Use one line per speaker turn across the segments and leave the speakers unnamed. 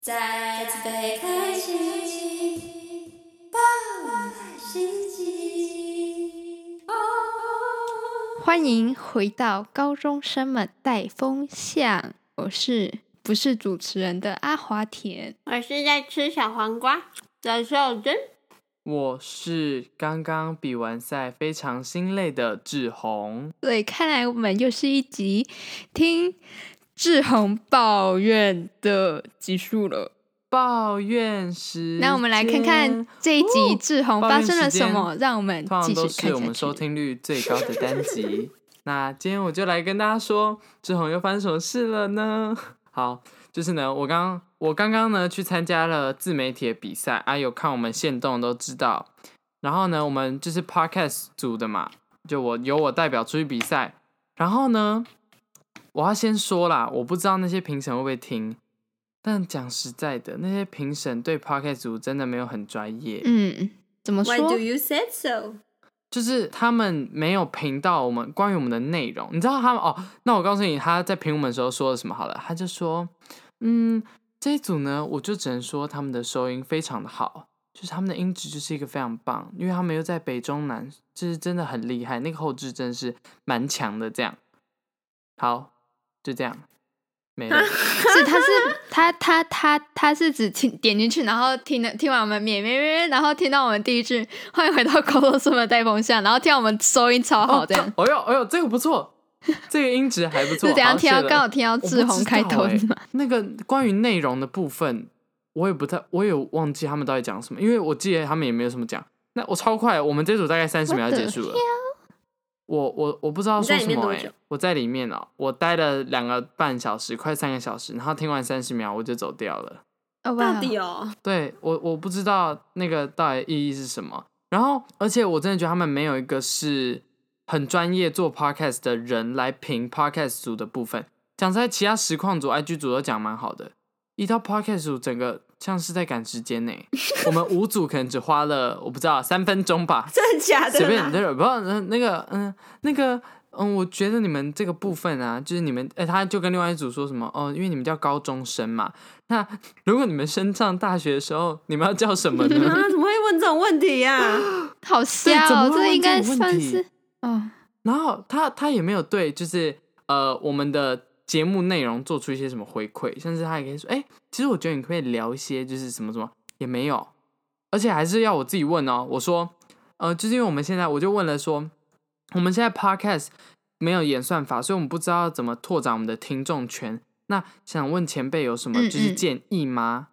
再次被开启，爆满心机。
欢迎回到高中生们带风向，我是不是主持人的阿华田？
我是在吃小黄瓜的秀珍。
我是刚刚比完赛非常心累的志宏，
对，看来我们又是一集听志宏抱怨的集数了。
抱怨时。
那我们来看看，这一集志宏
抱
发
怨
生了
时
什
间
么，让我们
通
继
常
续
都
看
是我们
下
收
去。
听率最高的 单集。那今天我就来跟大家说，志宏又发生什么事了呢？好，就是呢，我刚我刚刚呢去参加了自媒体的比赛，啊，有看我们线动都知道。然后呢，我们就是 podcast 组的嘛，就我由我代表出去比赛。然后呢，我要先说啦，我不知道那些评审会不会听，但讲实在的，那些评审对 podcast 组真的没有很专业。
嗯，怎么
Why
说
do？you say so？
就是他们没有评到我们关于我们的内容，你知道他们哦？那我告诉你，他在评我们的时候说了什么好了，他就说，嗯，这一组呢，我就只能说他们的收音非常的好，就是他们的音质就是一个非常棒，因为他们又在北中南，就是真的很厉害，那个后置真的是蛮强的，这样。好，就这样，没 了。
是他是他他他他是只听点进去，然后听了听完我们咩咩咩，然后听到我们第一句“欢迎回到高中生的带风向”，然后听到我们收音超好，这样、
哦呦，哦呦，这个不错，这个音质还不 错。
是怎样
好
听到
谢了
刚好听到
我不
志
知
宏开
道
头
欸
是 吗？
那个关于内容的部分，我也不太，我也忘记他们到底讲什么，因为我记得他们也没有什么讲。那我超快，我们这组大概三十秒就
What the
结束了。我我我不知道说
你在里
什
面
么
多
哎、
久
我在里面哦、我待了两个半小时，快三个小时，然后听完三十秒我就走掉了。
哦哇
到底哦，
对我我不知道那个到底意义是什么。然后，而且我真的觉得他们没有一个是很专业做 podcast 的人来评 podcast 组的部分。讲实在，其他实况组、IG 组都讲蛮好的，一到 podcast 组，整个像是在赶时间呢。我们五组可能只花了我不知道三分钟吧，
啊真的假的
随便，
啦？
对，不要嗯那个嗯那个嗯，我觉得你们这个部分啊，就是你们，呃，他就跟另外一组说什么哦，因为你们叫高中生嘛，那如果你们升上大学的时候，你们要叫什 么呢？
啊，怎么会问这种问题呀、
好
对
瞎
怎么
哦，
会
这
问
应该
这种问
算
题
是哦，
然后他他也没有对，就是呃我们的节目内容做出一些什么回馈，甚至他也可以说，哎、其实我觉得你可以聊一些就是什么什么，也没有，而且还是要我自己问哦。我说，呃，就是因为我们现在我就问了说，我们现在 podcast 没有演算法，所以我们不知道怎么拓展我们的听众圈。那想问前辈有什么
嗯
就是
嗯
建议吗？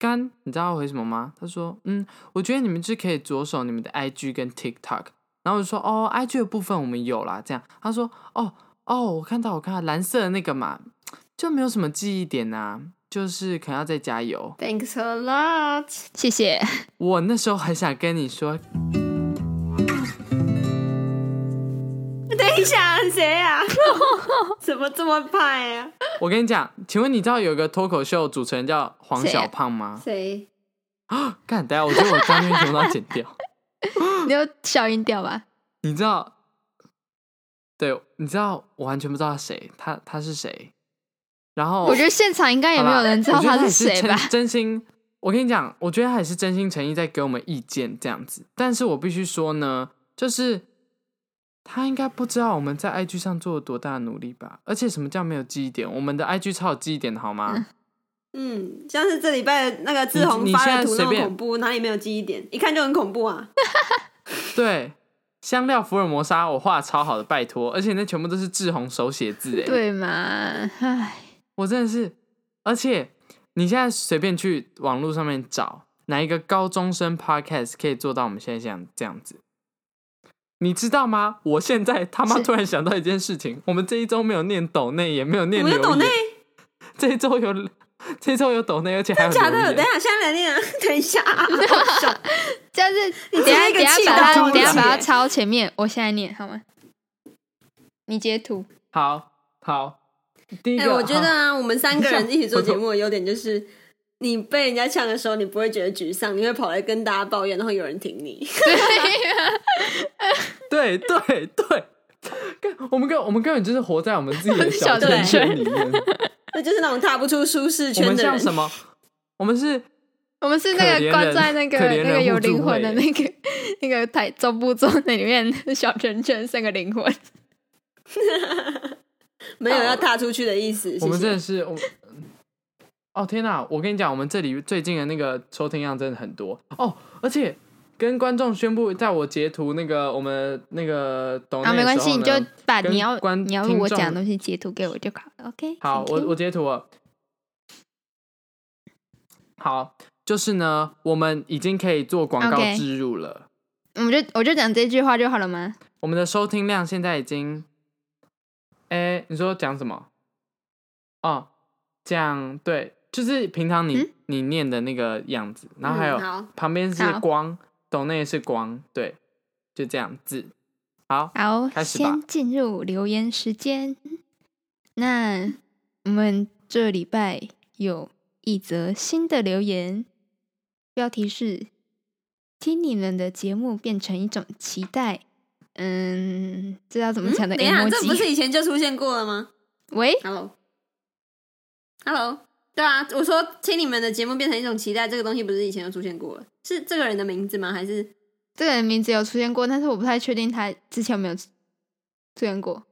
干，你知道他回什么吗？他说，嗯，我觉得你们就可以着手你们的 IG 跟 TikTok。然后我就说哦，IG 的部分我们有啦，这样。他说哦哦，我看到我看到蓝色的那个嘛，就没有什么记忆点呐、啊就是可能要再加油。
t h a n k s a lot。
谢谢。
我那时候很想跟你说，
等一下，谁 呀、怎么这么派啊呀、
我跟你讲，请问你知道有一个脱口秀主持人叫黄
谁啊
小胖吗？
谁？
干，等一下我觉得我中间全部都要剪掉。嗯
你有消音掉吧？
你知道？对，你知道我完全不知道他谁，他他是谁？然后
我觉得现场应该也没有人知道
哦好啦我觉得
是
他也
谁
真
吧？
真心，我跟你讲，我觉得他也是真心诚意在给我们意见这样子。但是我必须说呢，就是他应该不知道我们在 IG 上做了多大的努力吧？而且什么叫没有记忆点？我们的 IG 超有记忆点的好吗？
嗯，像是这礼拜的那个志宏
你你
发
现在
的图那
随
么
便
恐怖，哪里没有记忆点？一看就很恐怖啊！
对，香料福尔摩沙我画得超好的，拜托，而且那全部都是志宏手写 字哎。
对嘛？唉，
我真的是，而且你现在随便去网络上面找哪一个高中生 podcast 可以做到我们现在像这样子，你知道吗？我现在他妈
是
突然想到一件事情，我们这一周没有念抖内，也没有念
我
留
就懂哎那
言，这一周有这一周有抖内，而且还有
假的，
留
等
言
一下，现在来念啊！ 等一下啊，好 笑。
就是等
真的
下
一个
等下
气
把
到
它
中
等下
气
把它
耶
抄前面，我现在念好吗？你截图，
好好，第一
哎、
个，
我觉得啊，我们三个人一起做节目的优点就是，你被人家呛的时候，你不会觉得沮丧，你会跑来跟大家抱怨，然后有人挺 你。
对对对，跟我们跟我们根本就是活在我们自己的
小
小
圈
圈
圈
圈里面。
那就是那种踏不出舒适
我
圈
们
的人
像。什么？我们是
我们是那
可怜
个
人
关在那个
可怜人
那个有
互助
灵魂的
会
那个那个台中部洲那里面的小圈圈三个灵魂，
没有要踏出去的意思。
我们
谢
真
谢
的是我们。哦天哪！我跟你讲，我们这里最近的那个收听量真的很多哦，而且跟观众宣布，在我截图那个我们那个懂
啊，没关系，你就把
跟
你要
观
你要
听
我
众
讲的东西截图给我就好了，OK？
好，我我截图了。好，就是呢，我们已经可以做广告
OK
植入了。
嗯我们就我就讲这句话就好了吗？
我们的收听量现在已经，哎、你说讲什么？哦，讲对，就是平常你、
嗯
你念的那个样子，然后还有、
嗯好
旁边是
好
光，懂内是光，对，就这样子。好，
好，
开始吧
先进入留言时间。那我们这礼拜有一则新的留言，标题是“听你们的节目变成一种期待”。嗯，这要怎么讲的
嗯等一下，这不
emoji？、
是以前就出现过了吗
喂，
？Hello，Hello，对啊，我说听你们的节目变成一种期待，这个东西不是以前就出现过了？是这个人的名字吗？还是
这个人名字有出现过，但是我不太确定他之前有没有出现过。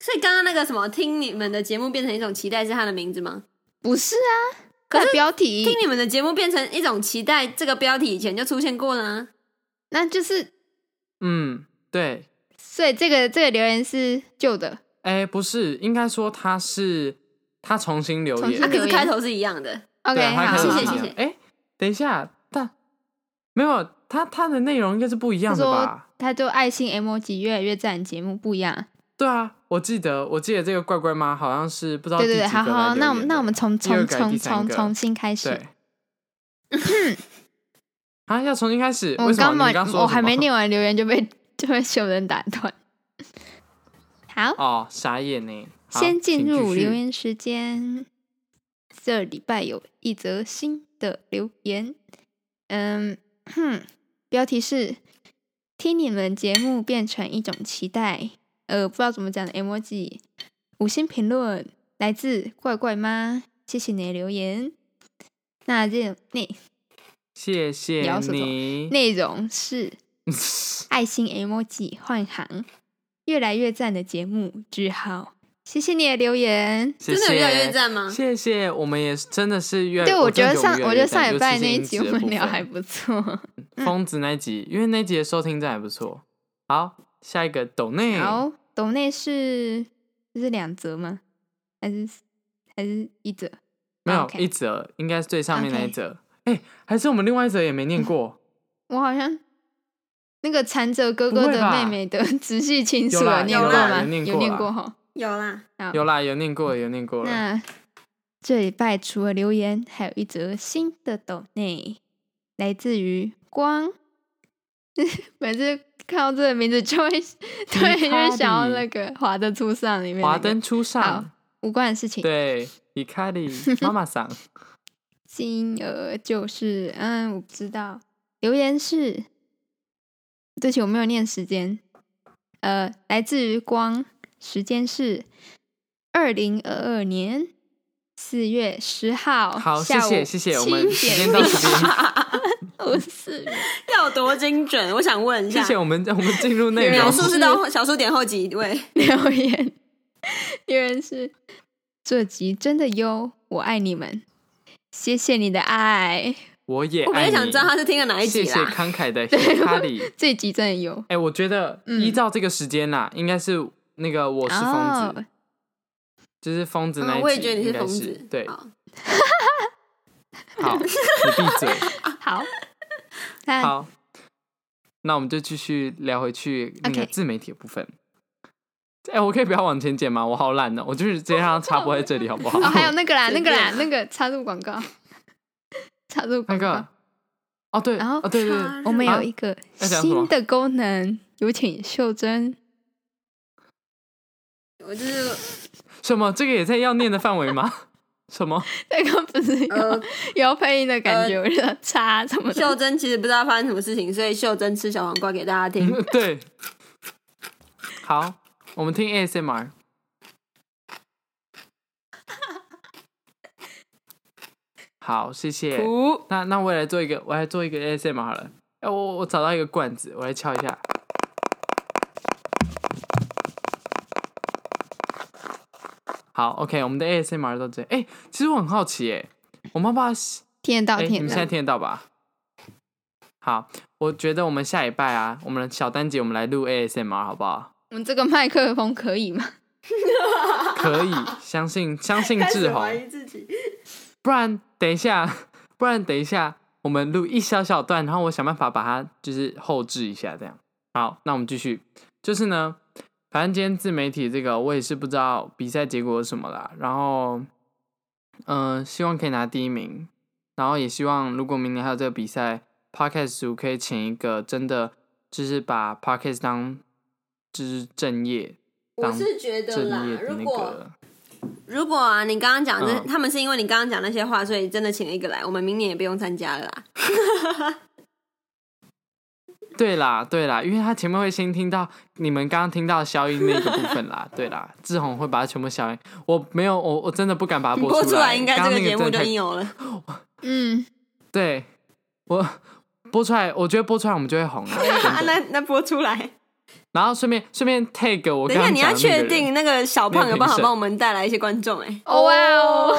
所以刚刚那个什么，听你们的节目变成一种期待是他的名字吗？
不是啊，可是标题
听你们的节目变成一种期待，这个标题以前就出现过了、啊。
那就是，
嗯，对，
所以这个这个留言是旧的，
哎、不是，应该说他是他重新留
重
言
新
啊，，可
留
是
言
开头是一样的。
对
OK，
啊，他
好，
开
始
头
好
谢
是
谢
一
好
谢
样哎、等一下，但没有他他的内容应该是不一
他
样的
说
吧？
他就爱心 emoji 越来越赞，节目不一样。
对啊，我记得，我记得这个怪怪妈好像是不知道
对对
第
对，
几
好
个
好，
来留
那我们
言
那
的
我们从
第二
从
个还是
从
第三
从
个
重新开始。
对。 啊，要重新开始？
我
为什么
刚
你
没
们刚说
我
什
还
么
没念完留言就被就被秀人打断。 好，
哦，傻眼呢。好
先进
请继
入
续
留言时间。这礼拜有一则新的留言，嗯， 哼，标题是“听你们节目变成一种期待”，呃，不知道怎么讲的 emoji，五星评论来自怪怪妈，谢谢你的留言。那这内
谢谢
聊什么
你。
内容 是爱心 emoji 换行，越来越赞的节目，句号，谢谢你的留言。
谢
真的
谢
有越来越赞吗
谢谢，我们也是真的是越
对，我觉
真
得
的有
上
越，来
我觉
越
得
赞
上礼
尤
拜
其是
那一
音
集
质
我
的
们
部
聊
分
还嗯不 错。
疯子那一集，因为那一集的收听真的还不错。好，下一个抖内，
好，抖内是这是两折吗？还是还是一折？
没有
OK
一则，应该是最上面那一
OK
则。哎，还是我们另外一则也没念过。
我好像那个缠着哥
不
哥
会
的
吧
妹妹的 直系亲
有
属
啦
念
有
过
啦
吗？
有念
有
过
念
啦
过哈。
有啦，
好
有啦，有念过了，有念过了。
那这礼拜除了留言，还有一则新的抖内，来自于光。 每次看到这个名字就会， 对，就会想要那个《华灯初上》里面、
华灯初上，
无关的事情。
对，伊卡里 妈妈桑，
金额就是，嗯，我不知道。留言是，对不起，我没有念时间。呃，来自于光，时间是二零二二年四月十号。
好，谢
下午
谢谢谢，我
7
们时间
点
到这边。
五十秒。
要有多精准？我想问一下，
谢谢我们，我们进入内容
描。述是到小数点后几位？
留言，留言是这集真的优，我爱你们，谢谢你的爱，
我也
我本
爱
来
你。
想知道他是听了哪一集
谢
啦。
谢慷 慨的 h 卡里。
这集真的优。
哎，我觉得
嗯
依照这个时间啦，应该是那个我是疯子
哦，
就是疯子那
嗯，
一
我也
集
觉得你是
应该
疯
是
子。
对，
好
好，你闭嘴。
好，那
好，那我们就继续聊回去那个
OK
自媒体的部分。哎、我可以不要往前剪吗？我好懒哦、我就是直接让它插播在这里，好不好？
哦，还有那个啦，
随
那个啦，
便
那个插入广告，插入
那
广告。
个，哦对，
然后
哦对对对，
我们
啊
有一个
要讲什么
新的功能，有请秀珍。
我就是
什么？这个也在要念的范围吗？ 什么？
那个不是
呃
有有配音的
呃
感觉，我觉得插什么的。
秀珍，其实不知道发生什么事情，所以秀珍吃小黄瓜给大家听。
嗯对，好，我们听 ASMR。好，谢谢。
噗，
那那我也来做一个，我来做一个 ASM 好了。哎、我我找到一个罐子，我来敲一下。好，OK，我们的 ASMR 到这里。哎、其实我很好奇、哎，我们要
啊
不要
听得到，
哎、你
听
们
得
现在
到。
听得到吧？好，我觉得我们下礼拜啊，我们的小丹姐，我们来录 ASMR 好不好？
我们这个麦克风可以吗？
可以，相信相信
开
志
始
宏
怀，疑自己，
不然等一下，不然等一下，我们录一小小段，然后我想办法把它就是后置一下，这样。好，那我们继续，就是呢，反正今天自媒体这个我也是不知道比赛结果是什么啦，然后，嗯、希望可以拿第一名，然后也希望如果明年还有这个比赛，Podcast 组可以请一个真的就是把 Podcast 当就是正业，
我
当
是觉得
正
啦
业，的
如
那
果
个，
如果啊，你刚刚讲这，
嗯
他们是因为你刚刚讲那些话，所以真的请了一个来，我们明年也不用参加了啦。
对啦，对啦，因为他前面会先听到你们刚刚听到消音那个部 分啦，对啦，志宏会把它全部消音。我没有，我我真的不敢把它播
播
出
出来应该这
刚刚那
节目
真
就
的太
应有了。
嗯，
对我播出来，我觉得播出来我们就会 红了。
啊，
真的
那那播出来，
然后顺便顺便 tag 我
等
刚
一下
刚
你要
讲的那
确
个人
定那个小胖有办法帮我们带来一些观众 哎、
哦哇哦，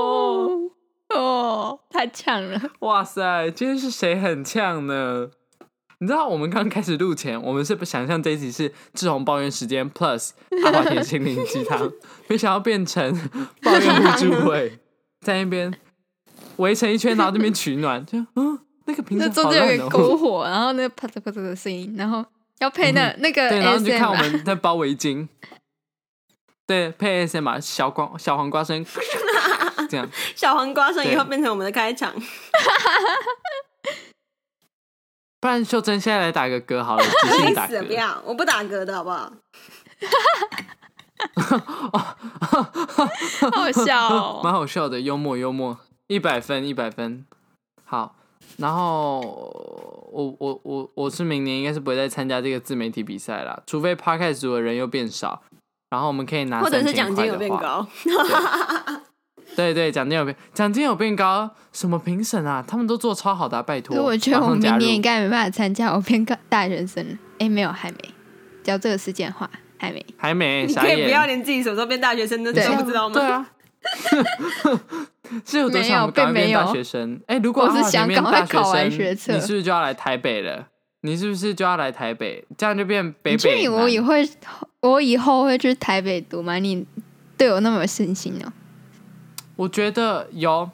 哦！
哦，太呛了，
哇塞，今天是谁很呛呢？你知道我们刚开始录前，我们是不想象这一集是志宏抱怨时间 plus 阿华田心灵 鸡汤，没想到变成 抱怨互助会，在那边围成一圈，然后这边取暖，就嗯，那个平
那
常
中
好
间有
冷
个
哦。
篝火，然后那个啪嗒啪嗒的声音，然后要配那那个
嗯对，然后你就
ASMR
看我们在包围巾，对，配 S M R 小光小黄瓜 声，这样
小黄瓜声以后
对
变成我们的开场，
不然秀珍现在来打个嗝好了，即兴
你
打
死
嗝，
不要，我不打嗝的好不好？
好笑哦。
蛮好笑的，幽默幽默，一百分一百分。好，然后我我我我是明年应该是不会再参加这个自媒体比赛啦，除非 podcast 组的人又变少，然后我们可以拿
或者是
3000
奖金有变
块的话。
高，
对 对，奖金有变，奖金有变高，什么评审啊？他们都做超好的啊、拜
所
托。
以我觉得
马
我
上加
明
入
年应该没办法参加，我变个大学生了。哎，没有，还没。教这个事件化，还没。
还没，
你
傻
可以
眼
不要连自己什么时候变大学生都
对
都不知道
对
吗？
啊。 是有多
没
想
有
我们赶快
并
变
没
大
有
学生？哎、如果
我是
阿华
想
田变
赶快
大
考完
生
学测
你是不是就要来台北了？你是不是就要来台北？这样就变北
你确
北
定我以
南。
后我以后会去台北读吗？你对我那么有信心哦？
我觉得有。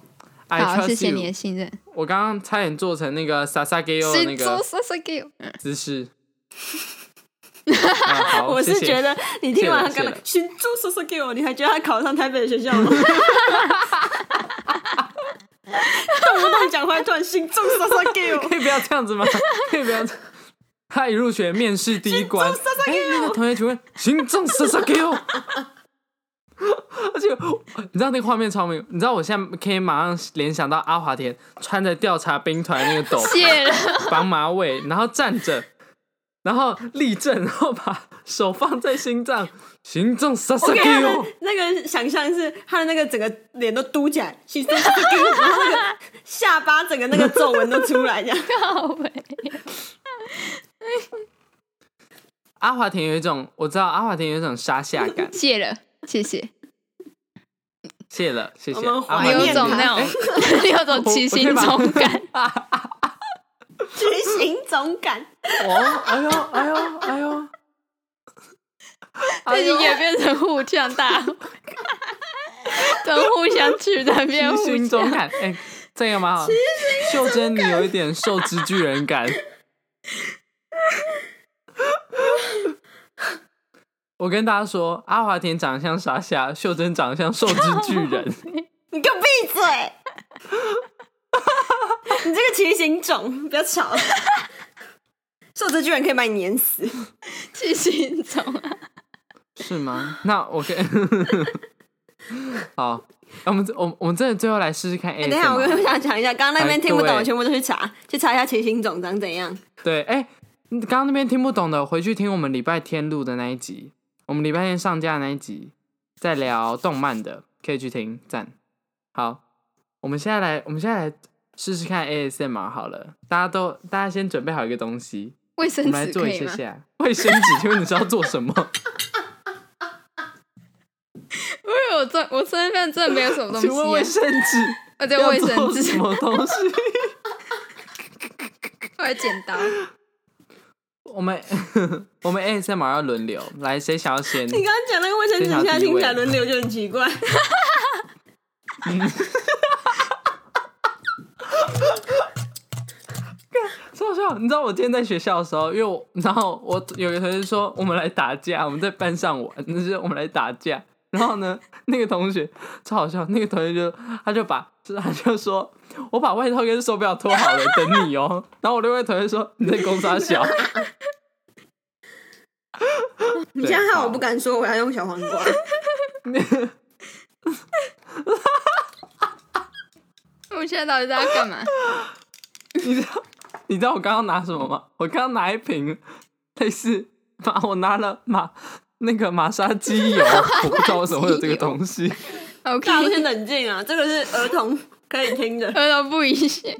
I
好，谢
trust
谢你的
you。
信任。
我刚刚差点做成那个萨萨给欧的那
是做
个
啥啥给我？
姿势。啊、好
我是
谢谢
觉得你听完
谢
他
了
刚
谢
才新
了
猪叔叔给我，你还觉得他考上台北的学校吗？ 动不动讲话突然新猪叔叔给 我，
可以不要这样子吗？可以不要这。他一入学面试第一关，哎、那个同学请问行政射手给我。 而且你知道那个画面超美，你知道我现在可以马上联想到阿华田穿着调查兵团那个斗篷
谢了。
啊
绑马尾，然后站着，然后立正，然后把手放在心脏，行政射手
我给
给
他
我
的。那个想象是他的那个整个脸都嘟起来，其实就是给我，然后那个下巴整个那个皱纹都出 来，这样
靠北
阿华田有一种，我知道阿华田有一种沙下感，
谢了，谢谢。
谢了，谢谢。
我们怀
阿华
你
田哎
有
念
种
他
那种， 你有种
我
七星总 感。
居心总感。
哦，哎呦，哎呦，哎呦，
自己也变成互相大会，从互相取暖
啊
变
七
互
星总
相。
感，哎、这个蛮好。秀珍，你有一点受之巨人感。 我跟大家说，阿华田长得像傻虾，秀珍长得像受之巨 人。
你给我闭 嘴！你这个骑行种，不要吵。瘦子居然可以把你碾死，
七星总啊，
是吗？那我跟 好，我们我我们真的最后来试试看 A、
哎等一下，我跟我想讲一下，刚刚那边听不
哎
懂，
对
我全部都去查，去查一下骑行种长怎样。
对，哎、你刚刚那边听不懂的，回去听我们礼拜天录的那一集，我们礼拜天上架的那一集，在聊动漫的，可以去听，赞。好，我们现在来，我们现在来试试看 ASMR 好了。大家都，大家先准备好一个东西，
卫
我
生
们来
纸
做
可
一
以
下
吗？
下卫生纸。请问你知道做什么？
因为我这我身份证没有什么东西、
请问卫
啊，
生纸
我在
要
卫生
做什
纸，
么东西？
我在剪刀。
我们 我们 ASMR 要轮流来，谁想 要先？
你刚刚讲那个卫生纸，
先拿
现在
第
听
一
起
位
来轮流就很奇 怪。
超笑！你知道我今天在学校的时候，因为我然后我有个同学说我们来打架，我们在班上玩，就是我们来打架。然后呢，那个同学超好笑，那个同学就他就把他就说我把外套跟手表脱好了，等你哦。然后我另外一个同学说你在公差小，
你现在害
好
我不敢说我要用小黄 瓜。
我们现在到底在干 嘛？
你知道你知道我刚刚拿什么吗？ 我刚刚拿一瓶类似马，我拿了马那个玛莎鸡油，我不知道为什么会有这个东西。
OK，
大家先冷静啊，这个是儿童可以听的。
儿童不宜 学。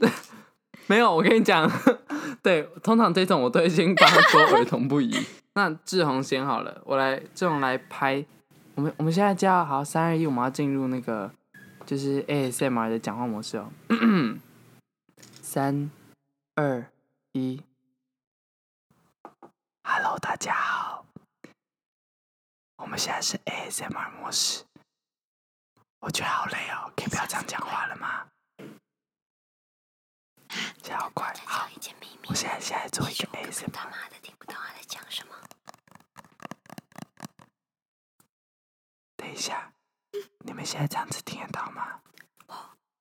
没有，我跟你讲， 对，通常这种我都已经把它说儿童不宜。那志宏先好了，我来志宏来拍。我们我们现在叫好三二一，我们要进入那个就是 ASMR 的讲话模式哦。 三二一，Hello，大家好，我们现在是 ASMR 模式。我觉得好累哦，可以不要这样讲话了吗？现在好快，好。
一件秘密，
我现在现在做一个 ASMR，
他妈的听不懂他在讲什么。
等一下，你们现在这样子听得到吗？
哦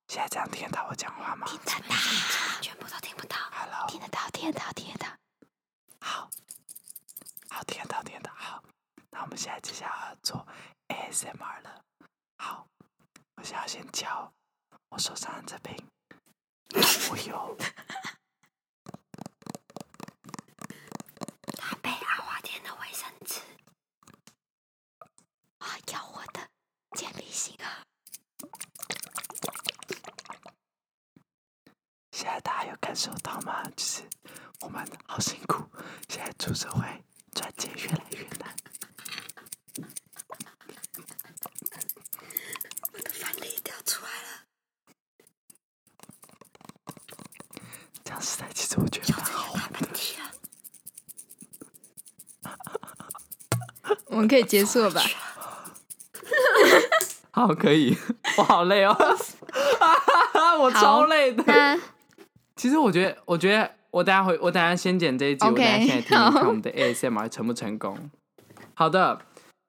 现在这样听得到我讲话吗
真的，全部都听不到，
？Hello，
听得到，听得到，听得到。
好，好听得到听得到，好。那我们现在接下来要做 ASMR 了。好，我想要先敲我手上的这瓶，我有
他被阿华田的卫生纸，啊，咬我的铅笔芯啊！
现在大家有感受到吗？就是我们好辛苦，现在出社会赚钱越来越难。我的饭粒掉出来了。这样实在，其实我觉得蛮好玩的。
我们可以结束了吧？
好，可以。 我好累哦，我
超
累的
那
其实我觉得，我觉得我等下回，我等下先剪这一集
OK，
我等下现在听听
好
看我们的 ASMR 成不成功。好的，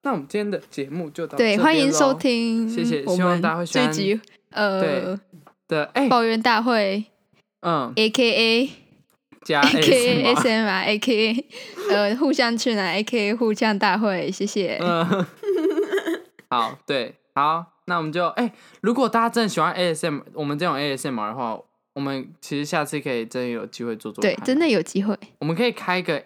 那我们今天的节目就到
对，
这边
欢迎
咯
收听，
谢谢
我
希望
们
大家会喜
这
欢
集呃
对的哎、
抱怨大会
嗯，
，A K A
加
A K A
ASMR，
S M R A K A 呃互相去哪 A K A 互相大会，谢谢。
嗯， 好，对，好，那我们就哎、如果大家真的喜欢 ASM，我们这种 ASMR 的话，我们其实下次可以真的有机会做做
对，
看
真的有机会。
我们可以开一个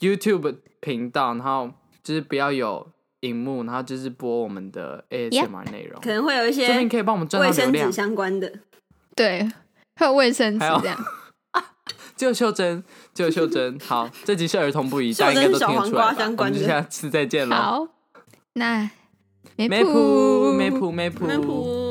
YouTube 频道，然后就是不要有荧幕，然后就是播我们的 ASMR 内容
可，能会有一
说不定
些
可以帮我们赚
卫
到流
生纸
量。嗯
相关的。
对，会有卫生纸
还有
这 样。
只有秀珍，只有 秀珍。好，这集是儿童不宜，
秀
大家
珍
应该都
小
听得
黄
出来
瓜
吧。我
相关
们就
的
下次再见喽。
好，那没
梅
谱
普，梅普，梅普，
那不